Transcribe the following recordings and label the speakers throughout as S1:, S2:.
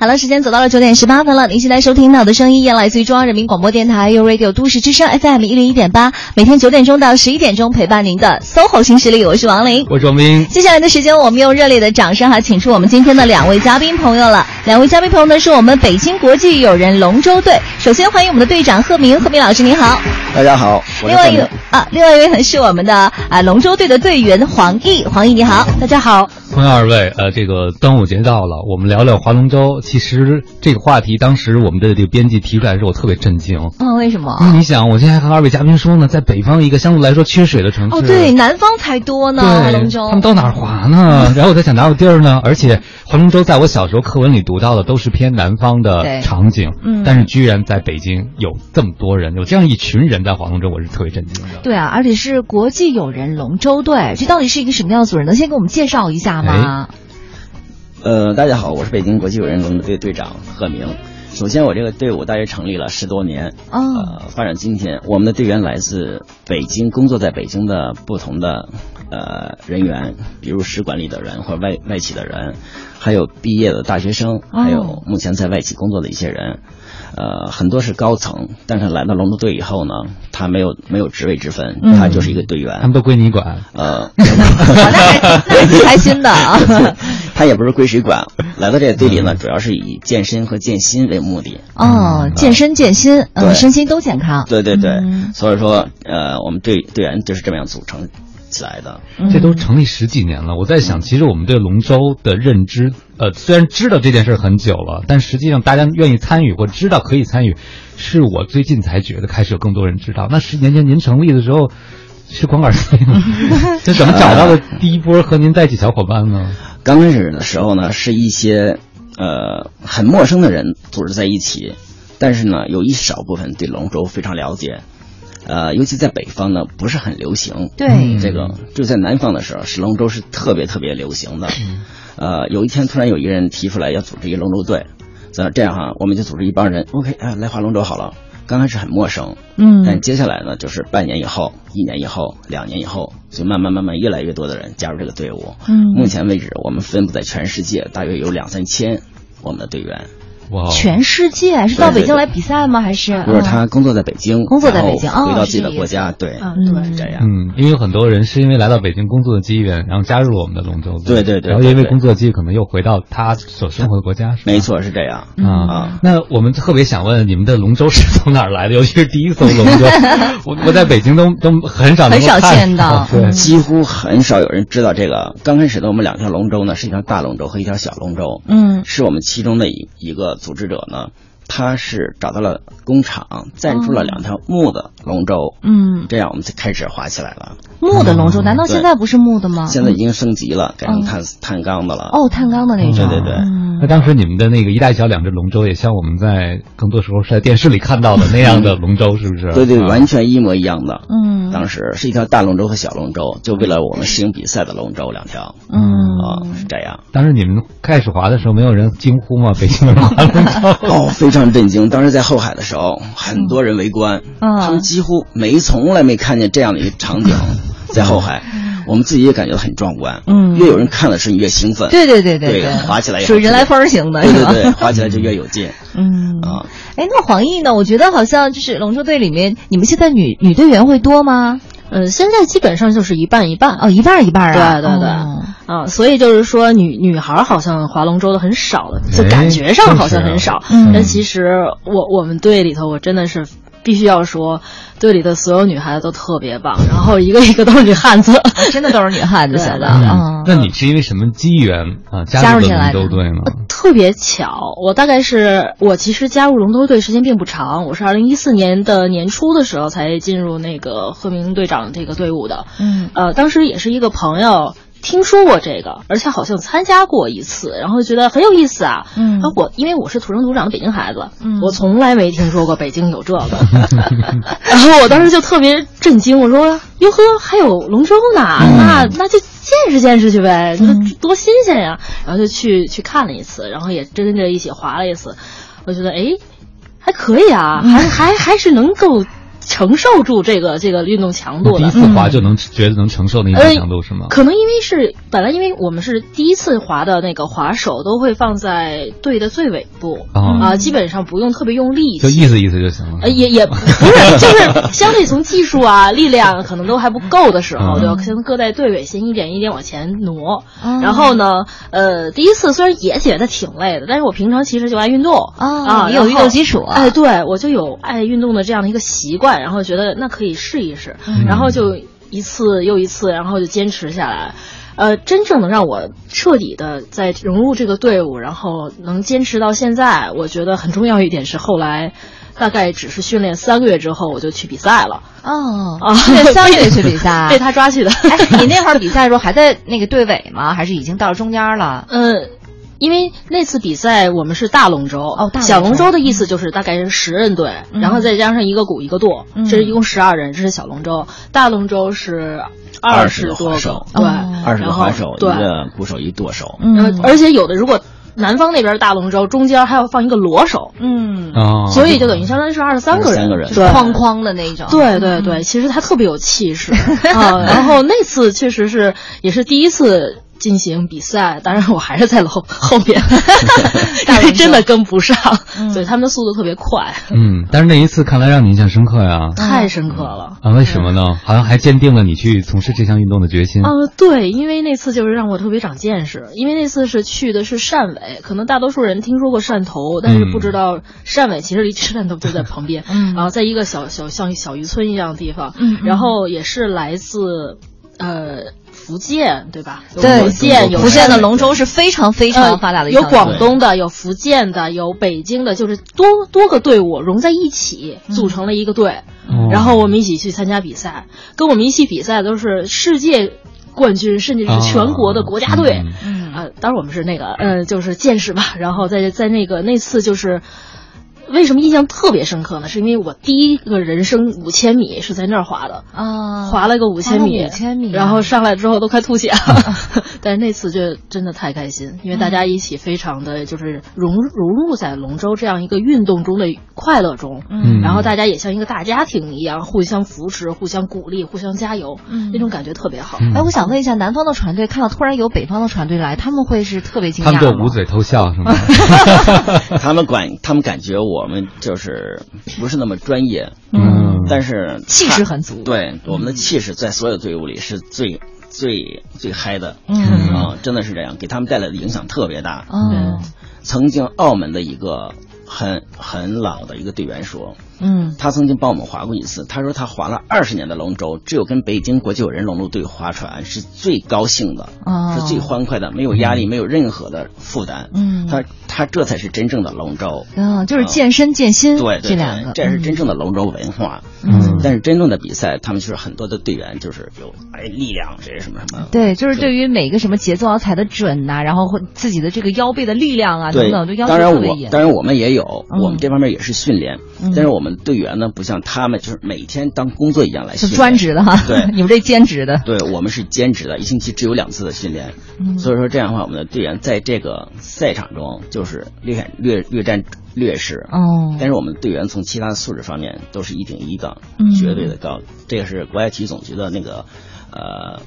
S1: 好了，时间走到了九点十八分了。您现在收听到的声音也来自于中央人民广播电台 u Radio 都市之声 FM 一零一点八，每天九点钟到十一点钟陪伴您的 SOHO 新势力，我是王琳。
S2: 我是王斌。
S1: 接下来的时间，我们用热烈的掌声哈，请出我们今天的两位嘉宾朋友了。两位嘉宾朋友呢，是我们北京国际友人龙舟队。首先欢迎我们的队长贺明，贺明老师您好。
S3: 大家好，我是
S1: 另外一
S3: 郑
S1: 位啊，另外一位呢是我们的啊龙舟队的队员黄奕，黄奕你好，大家好。
S2: 欢迎二位，呃，这个端午节到了，我们聊聊划龙舟。其实这个话题，当时我们的这个编辑提出来的时候，我特别震惊。
S1: 嗯，为什么？
S2: 因为你想，我现在还和二位嘉宾说呢，在北方一个相对来说缺水的城市，
S1: 哦，对，南方才多呢，
S2: 对
S1: 龙舟
S2: 他。们到哪儿划呢？ 然后我在想哪有地儿呢？而且划龙舟在我小时候课文里读到的都是偏南方
S1: 对
S2: 的场景，
S1: 嗯
S2: 但是居然在北京有这么多人，有这样一群人在划龙舟，我是特别震惊的。
S1: 对啊，而且是国际友人龙舟队，这到底是一个什么样的组织？能先给我们介绍一下吗？
S3: 哎呃，大家好，我是北京国际友人龙的队队长贺明。首先，我这个队伍大约成立了十多年，
S1: 哦，
S3: 呃，发展今天，我们的队员来自北京，工作在北京的不同的呃人员，比如使馆里的人或者外外企的人，还有毕业的大学生，
S1: 哦
S3: 还有目前在外企工作的一些人，呃，很多是高层，但是来到龙舟队以后呢，他没有没有职位之分，
S1: 嗯
S3: 他就是一个队员，
S2: 他们都归你管，
S3: 呃，
S1: 好那还那还挺开心 的啊。
S3: 他也不是归谁 管，来到这个队里呢，主要是以健身和健心为目的。
S1: 哦，健身健心，嗯，
S3: 对
S1: 身心都健康。
S3: 对对对，
S1: 嗯
S3: 所以说呃，我们队队员就是这么样组成起来的。
S1: 嗯
S2: 这都成立十几年了。我在想，其实我们对龙舟的认知，呃，虽然知道这件事儿很久了，但实际上大家愿意参与或知道可以参与，是我最近才觉得开始有更多人知道。那十几年前您成立的时候。是光杆飞 吗？这怎么找到的第一波和您在一起小伙伴呢？
S3: 刚开始的时候呢，是一些呃很陌生的人组织在一起，但是呢，有一少部分对龙舟非常了解，呃，尤其在北方呢不是很流行。
S1: 对，
S3: 这个就在南方的时候，是龙舟是特别特别流行的。呃，有一天突然有一个人提出来要组织一个龙舟队，这这样哈，我们就组织一帮人，OK，哎，来划龙舟好了。刚开始很陌生，但
S1: 嗯，
S3: 接下来呢，就是半年以后、一年以后、两年以后，就慢慢慢慢越来越多的人加入这个队伍。
S1: 嗯
S3: 目前为止，我们分布在全世界，大约有两三千我们的队员。哦
S2: 哇，哦
S1: 全世界是到
S3: 对对
S1: 北京
S3: 对
S1: 来比赛吗？还是？
S3: 就是
S1: 嗯
S3: 他工作在北京，
S1: 工作在北京
S3: 然后回
S1: 哦
S3: 到自己的
S1: 是
S3: 国家，对，
S4: 啊，
S1: 嗯
S4: 对，
S3: 这样。
S2: 嗯，因为有很多人是因为来到北京工作的机缘，然后加入了我们的龙舟队，
S3: 对对对
S2: 然后因为
S3: 对对
S2: 工作的机遇，可能又回到他所生活的国家，是吧？
S3: 没错，是这样。
S1: 嗯
S2: 啊，那我们特别想问，你们的龙舟是从哪儿来的？尤 其是第一艘龙舟，我我在北京都都很少
S1: 很
S2: 能够
S1: 少
S2: 看
S1: 见到
S2: 对，
S3: 几乎很少有人知道这个。刚开始的我们两条龙舟呢，是一条大龙舟和一条小龙舟。
S1: 嗯
S3: 是我们其中的一一个组织者呢，他是找到了工厂，赞助了两条木的龙舟，
S1: 哦嗯，
S3: 这样我们就开始划起来了。
S1: 木的龙舟，难道
S3: 对
S1: 现在不是木的吗？
S3: 现在已经升级了，改成碳碳钢的了。
S1: 啊嗯哦，碳钢的那种。
S3: 对对对
S1: 嗯
S2: 那当时你们的那个一大一小两只龙舟，也像我们在更多时候是在电视里看到的那样的龙舟，是不是？
S3: 对对，
S2: 啊
S3: 完全一模一样的。
S1: 嗯
S3: 当时是一条大龙舟和小龙舟，就为了我们试行比赛的龙舟两条
S1: 嗯
S3: 啊，是这样。
S2: 当时你们开始划的时候，没有人
S3: 嗯
S2: 惊呼吗？北京人划龙舟，
S3: 哦，非常震惊！当时在后海的时候，很多人围观，
S1: 嗯
S3: 他们几乎没从来没看见这样的一个场景在后海，我们自己也感觉很壮观。
S1: 嗯
S3: 越有人看的时候，你越兴奋。
S1: 对对对
S3: 对
S1: 对，
S3: 划起来也
S1: 属于
S3: 很
S1: 人
S3: 刺
S1: 来
S3: 激
S1: 疯儿型的，
S3: 对
S1: 是
S3: 对
S1: 吧？
S3: 对，划起来就越有劲
S1: 嗯
S3: 啊。
S1: 哎，那黄奕呢？我觉得好像就是龙舟队里面，你们现在女女队员会多吗？
S4: 嗯，现在基本上就是一半一半。
S1: 哦，一半儿一半儿啊。
S4: 对对对
S1: 哦
S4: 啊，所以就是说女女孩儿好像划龙舟的很少了，就
S2: 哎
S4: 感觉上好像
S2: 正
S4: 很
S2: 是啊
S4: 少。
S1: 嗯
S4: 但其实我我们队里头，我真的是必须要说，队里的所有女孩子都特别棒，然后一个一个都是女汉子。
S1: 真的都是女汉子，现在。
S4: 对
S2: 嗯
S1: 嗯，
S2: 那你是因为什么机缘啊
S1: 加
S2: 加
S1: 入
S2: 入
S1: 进来
S2: 了龙
S1: 的
S2: 舟队呢？
S4: 特别巧，我大概是我其实加入龙舟队时间并不长，我是二零一四年的年初的时候才进入那个贺明队长这个队伍的。
S1: 嗯
S4: 呃，当时也是一个朋友听说过这个，而且好像参加过一次，然后就觉得很有意思啊。
S1: 嗯
S4: 然后我因为我是土生土长的北京孩子，
S1: 嗯
S4: 我从来没听说过北京有这个，然后我当时就特别震惊，我说哟呵，还有龙舟呢，那那就。见识见识去呗，那
S1: 嗯
S4: 多新鲜呀！然后就去去看了一次，然后也跟
S1: 嗯
S4: 着一起划了一次，我觉得哎，还可以啊，还还还是能够承受住这个这个运动强
S2: 你
S4: 度
S2: 第一
S4: 的。
S2: 次滑就能觉得能承受那
S4: 嗯呃
S2: 个强度是吗？
S4: 可能因为是本来因为我们是第一次滑的那个滑手都会放在队的最尾部啊、
S2: 啊，
S4: 基本上不用特别用力
S2: 就
S4: 气。
S2: 意思意思就行了。
S4: 呃，也也 不是，就是相对从技术啊、力量可能都还不够的时候，
S2: 嗯
S4: 就要先搁在队尾，先一点一点往前挪。
S1: 嗯
S4: 然后呢，呃，第一次虽然也觉得挺累的，但是我平常其实就爱运动
S1: 哦，
S4: 啊，
S1: 你有运
S4: 然后
S1: 动基础啊
S4: 哎，，对，我就有爱运动的这样的一个习惯，然后觉得那可以试一试，
S2: 嗯
S4: 然后就一次又一次，然后就坚持下来。呃，真正能让我彻底的在融入这个队伍，然后能坚持到现在，我觉得很重要一点是后来。大概只是训练三个月之后，我就去比赛了
S1: 哦，
S4: 啊！
S1: 对，三个月去 比赛啊
S4: 被。他 抓去的。
S1: 哎，你那会儿比赛的时候还在那个队尾吗？还是已经到中间了？
S4: 嗯，因为那次比赛我们是大龙舟，
S1: 哦大龙舟
S4: 小龙舟的意思就是大概是十人队，
S1: 嗯
S4: 然后再加上一个鼓一个舵，
S1: 嗯
S4: 这是一共十二人，这是小龙舟。大龙舟是二
S3: 20个
S4: 多
S3: 滑
S4: 个
S3: 手，
S4: 对，
S1: 哦
S3: 啊二十个
S4: 然后
S3: 滑手，一
S4: 对，
S3: 个鼓手，一舵手。
S4: 然
S1: 嗯呃
S4: 后而且有的如果南方那边大龙舟中间还要放一个锣手，
S1: 嗯，
S3: 哦
S2: 啊，
S4: 所以就等于相当于是二十三个人，
S3: 23个人
S4: 对。
S1: 哐哐的嗯那种。
S4: 对对对，其实他特别有 气势啊。然后那次确实是也是第一次进行比赛，当然我还是在楼后 面，因为真的跟不上，
S1: 嗯
S4: 所以他们的速度特别快，
S2: 嗯，但是那一次看来让你印象深刻呀。
S1: 嗯
S4: 太深刻了。
S2: 啊，为什么呢？好像还坚定了你去从事这项运动的决心。
S4: 嗯，对，因为那次就是让我特别长见识，因为那次是去的是汕尾，可能大多数人听说过汕头，但是不知道汕尾其实离汕头就在旁边，
S1: 嗯
S4: 然后在一个小小像小渔村一样的地方，
S1: 嗯嗯
S4: 然后也是来自呃福建，对吧？有
S1: 对
S4: 福建有
S1: 福建的
S4: 汕尾
S1: 龙舟是非常非常发达的一
S4: 呃有
S1: 项运动，
S4: 广东的，有福建的，有北京的，就是多多个队伍融在一起，
S1: 嗯
S4: 组成了一个队。
S2: 哦
S4: 然后我们一起去参加比赛，跟我们一起比赛的都是世界冠军，甚至是全国的国家队。
S2: 哦
S1: 哦嗯
S4: 啊，当然我们是那个，呃，就是见识吧。然后在在那个那次就是，为什么印象特别深刻呢？是因为我第一个人生五千米是在那儿滑的，
S1: 啊，
S4: 滑了个五千米，
S1: 滑了5000米啊
S4: 然后上来之后都快吐 血了。但是那次就真的太开心，因为
S1: 嗯
S4: 大家一起非常的就是融融入在龙舟这样一个运动中的快乐中，
S2: 嗯
S4: 然后大家也像一个大家庭一样互相扶持、互相鼓励、互相加油，
S1: 嗯
S4: 那种感觉特别好。
S2: 嗯
S1: 哎，我想问一下，南方的船队看到突然有北方的船队来，他们会是特别惊讶
S2: 他
S1: 吗？
S2: 们就捂嘴偷笑是吗？
S3: 他们管，他们感觉我们就是不是那么专业，
S2: 嗯，
S3: 但是
S1: 气势很足。
S3: 对我们的气势在所有队伍里是最最最嗨的。
S1: 嗯
S3: 啊，真的是这样，给他们带来的影响特别大。
S2: 嗯
S1: 哦，
S3: 曾经澳门的一个很很老的一个队员说，
S1: 嗯
S3: 他曾经帮我们划过一次，他说他划了二十年的龙舟，只有跟北京国际友人龙舟队划船是最高兴的，
S1: 哦
S3: 是最欢快的，没有压力，没有任何的负担。
S1: 嗯
S3: 他他这才是真正的龙舟。
S1: 嗯，就是健身健心，
S3: 对，对
S1: 这两个，嗯
S3: 对这是真正的龙舟文化。
S2: 嗯
S3: 但是真正的比赛，他们就是很多的队员就是有哎力量，这什么什么。
S1: 对，就是对于每个什么节奏要踩得准呐、然后会自己的这个腰背的力量啊等
S3: 对
S1: 等，都，要求
S3: 当然
S1: 特别
S3: 我
S1: 严。
S3: 当然我们也有，
S1: 嗯
S3: 我们这方面也是训练，
S1: 嗯
S3: 但是我们队员呢，不像他们就是每天当工作一样来
S1: 是
S3: 训练，
S1: 专职的哈，
S3: 对
S1: 你们这兼职的，
S3: 对我们是兼职的，一星期只有两次的训练，
S1: 嗯
S3: 所以说这样的话，我们的队员在这个赛场中就是略略略占劣势。啊
S1: 哦，
S3: 但是我们队员从其他素质方面都是一顶一的，
S1: 嗯
S3: 绝对的高。这个是国家体育总局的那个呃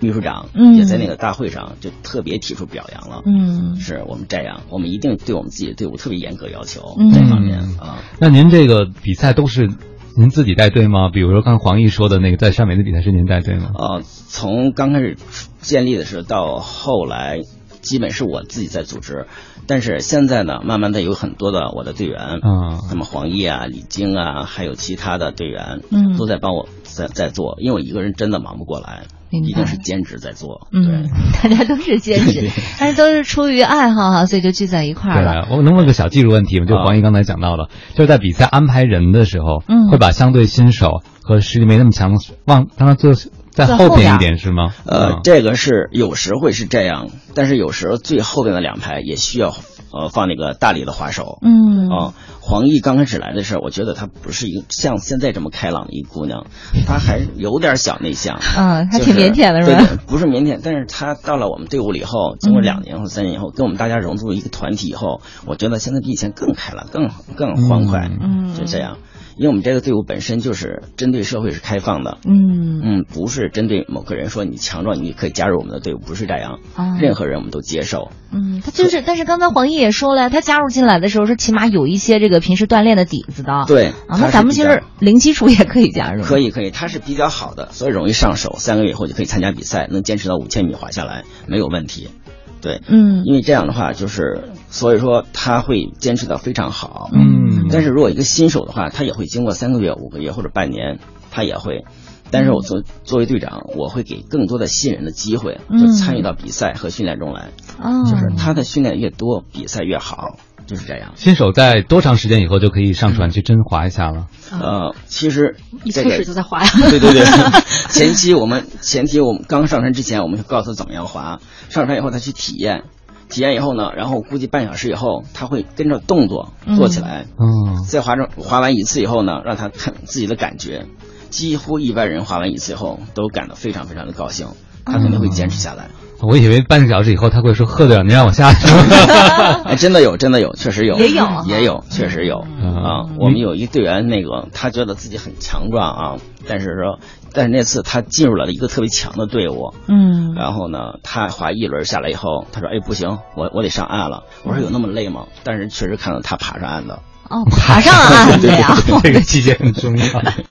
S3: 秘书长、
S1: 嗯
S3: 也在那个大会上就特别提出表扬了。
S1: 嗯
S3: 是我们赞扬，我们一定对我们自己的队伍特别严格要求、
S1: 嗯
S3: 这方面啊。
S2: 那您这个比赛都是您自己带队吗？比如说刚才黄奕说的那个在汕尾的比赛是您带队吗？
S3: 呃，从刚开始建立的时候到后来，基本是我自己在组织，但是现在呢，慢慢的有很多的我的队员，
S1: 哦
S2: 啊
S3: 那么黄奕啊、李菁啊，还有其他的队员，
S1: 嗯
S3: 都在帮我在在做，因为我一个人真的忙不过来，
S1: 明白
S3: 一定是兼职在做，
S1: 嗯， 大家都是兼职，但是都是出于爱好哈，所以就聚在一块儿啊了。
S2: 对，我啊能问个小技术问题吗？就
S3: 啊
S2: 黄奕刚才讲到的，就是在比赛安排人的时候，
S1: 嗯
S2: 会把相对新手和实力没那么强的往让他坐在
S1: 在
S2: 后
S1: 后
S2: 边
S1: 边
S2: 一点是吗？
S3: 呃
S2: 嗯，
S3: 这个是有时会是这样，但是有时候最后边的两排也需要呃放那个大力的滑手，
S1: 嗯，
S3: 啊，黄奕刚开始来的时候，我觉得她不是一个像现在这么开朗的一姑娘，她还是有点小内向。
S1: 嗯，还
S3: 就是
S1: 挺腼腆的是
S3: 对
S1: 吧？
S3: 对不是腼腆，但是她到了我们队伍里以后，经过
S1: 嗯
S3: 两年后、三年以后，跟我们大家融入一个团体以后，我觉得现在比以前更开朗、更更欢快，
S1: 嗯
S3: 就这样。因为我们这个队伍本身就是针对社会是开放的，
S1: 嗯，
S3: 嗯，不是针对某个人说你强壮，你可以加入我们的队伍，不是这样，
S1: 啊
S3: 任何人我们都接受。
S1: 嗯，他就是，但是刚才黄奕也说了，他加入进来的时候是起码有一些这个平时锻炼的底子的。
S3: 对，
S1: 啊，
S3: 他
S1: 那
S3: 是
S1: 咱们
S3: 比
S1: 其
S3: 较
S1: 实零基础也可以加入。
S3: 可以可以，它是比较好的，所以容易上手。三个月以后就可以参加比赛，能坚持到五千米滑下来没有问题。对，
S1: 嗯
S3: 因为这样的话就是，所以说他会坚持的非常好。
S2: 嗯
S3: 但是如果一个新手的话，他也会经过三个月、五个月或者半年，他也会。但是我作作为队长，我会给更多的新人的机会，
S4: 嗯
S3: 就参与到比赛和训练中来。
S1: 啊，
S3: 就是他的训练越多，比赛越好，就是这样。
S2: 新手在多长时间以后就可以上船去真滑一下了？
S3: 呃，其实
S4: 嗯一
S3: 这
S4: 出
S3: 个
S4: 水就在滑呀。
S3: 对对 对，前期我们前期我们刚上山之前，我们就告诉他怎么样滑，上山以后他去体验，体验以后呢，然后估计半小时以后他会跟着动作做起来，
S2: 嗯，
S3: 再滑着滑完一次以后呢，让他看自己的感觉，几乎一般人滑完一次以后都感到非常非常的高兴，他肯定会坚持下来。
S2: 我以为半个小时以后他会说：“贺队长，您让我下去。
S3: 哎，真的有，真的有，确实有，
S1: 嗯也有啊
S3: 也有，确实有
S2: 嗯
S3: 啊。我们有一个队员，那个他觉得自己很强壮啊，但是说，但是那次他进入了一个特别强的队伍，
S1: 嗯
S3: 然后呢，他滑一轮下来以后，他说：“哎，不行，我我得上岸了。”我说：“有那么累吗？”但是确实看到他爬上岸的。
S1: 哦，爬上岸了呀！
S2: 这个季节很重要。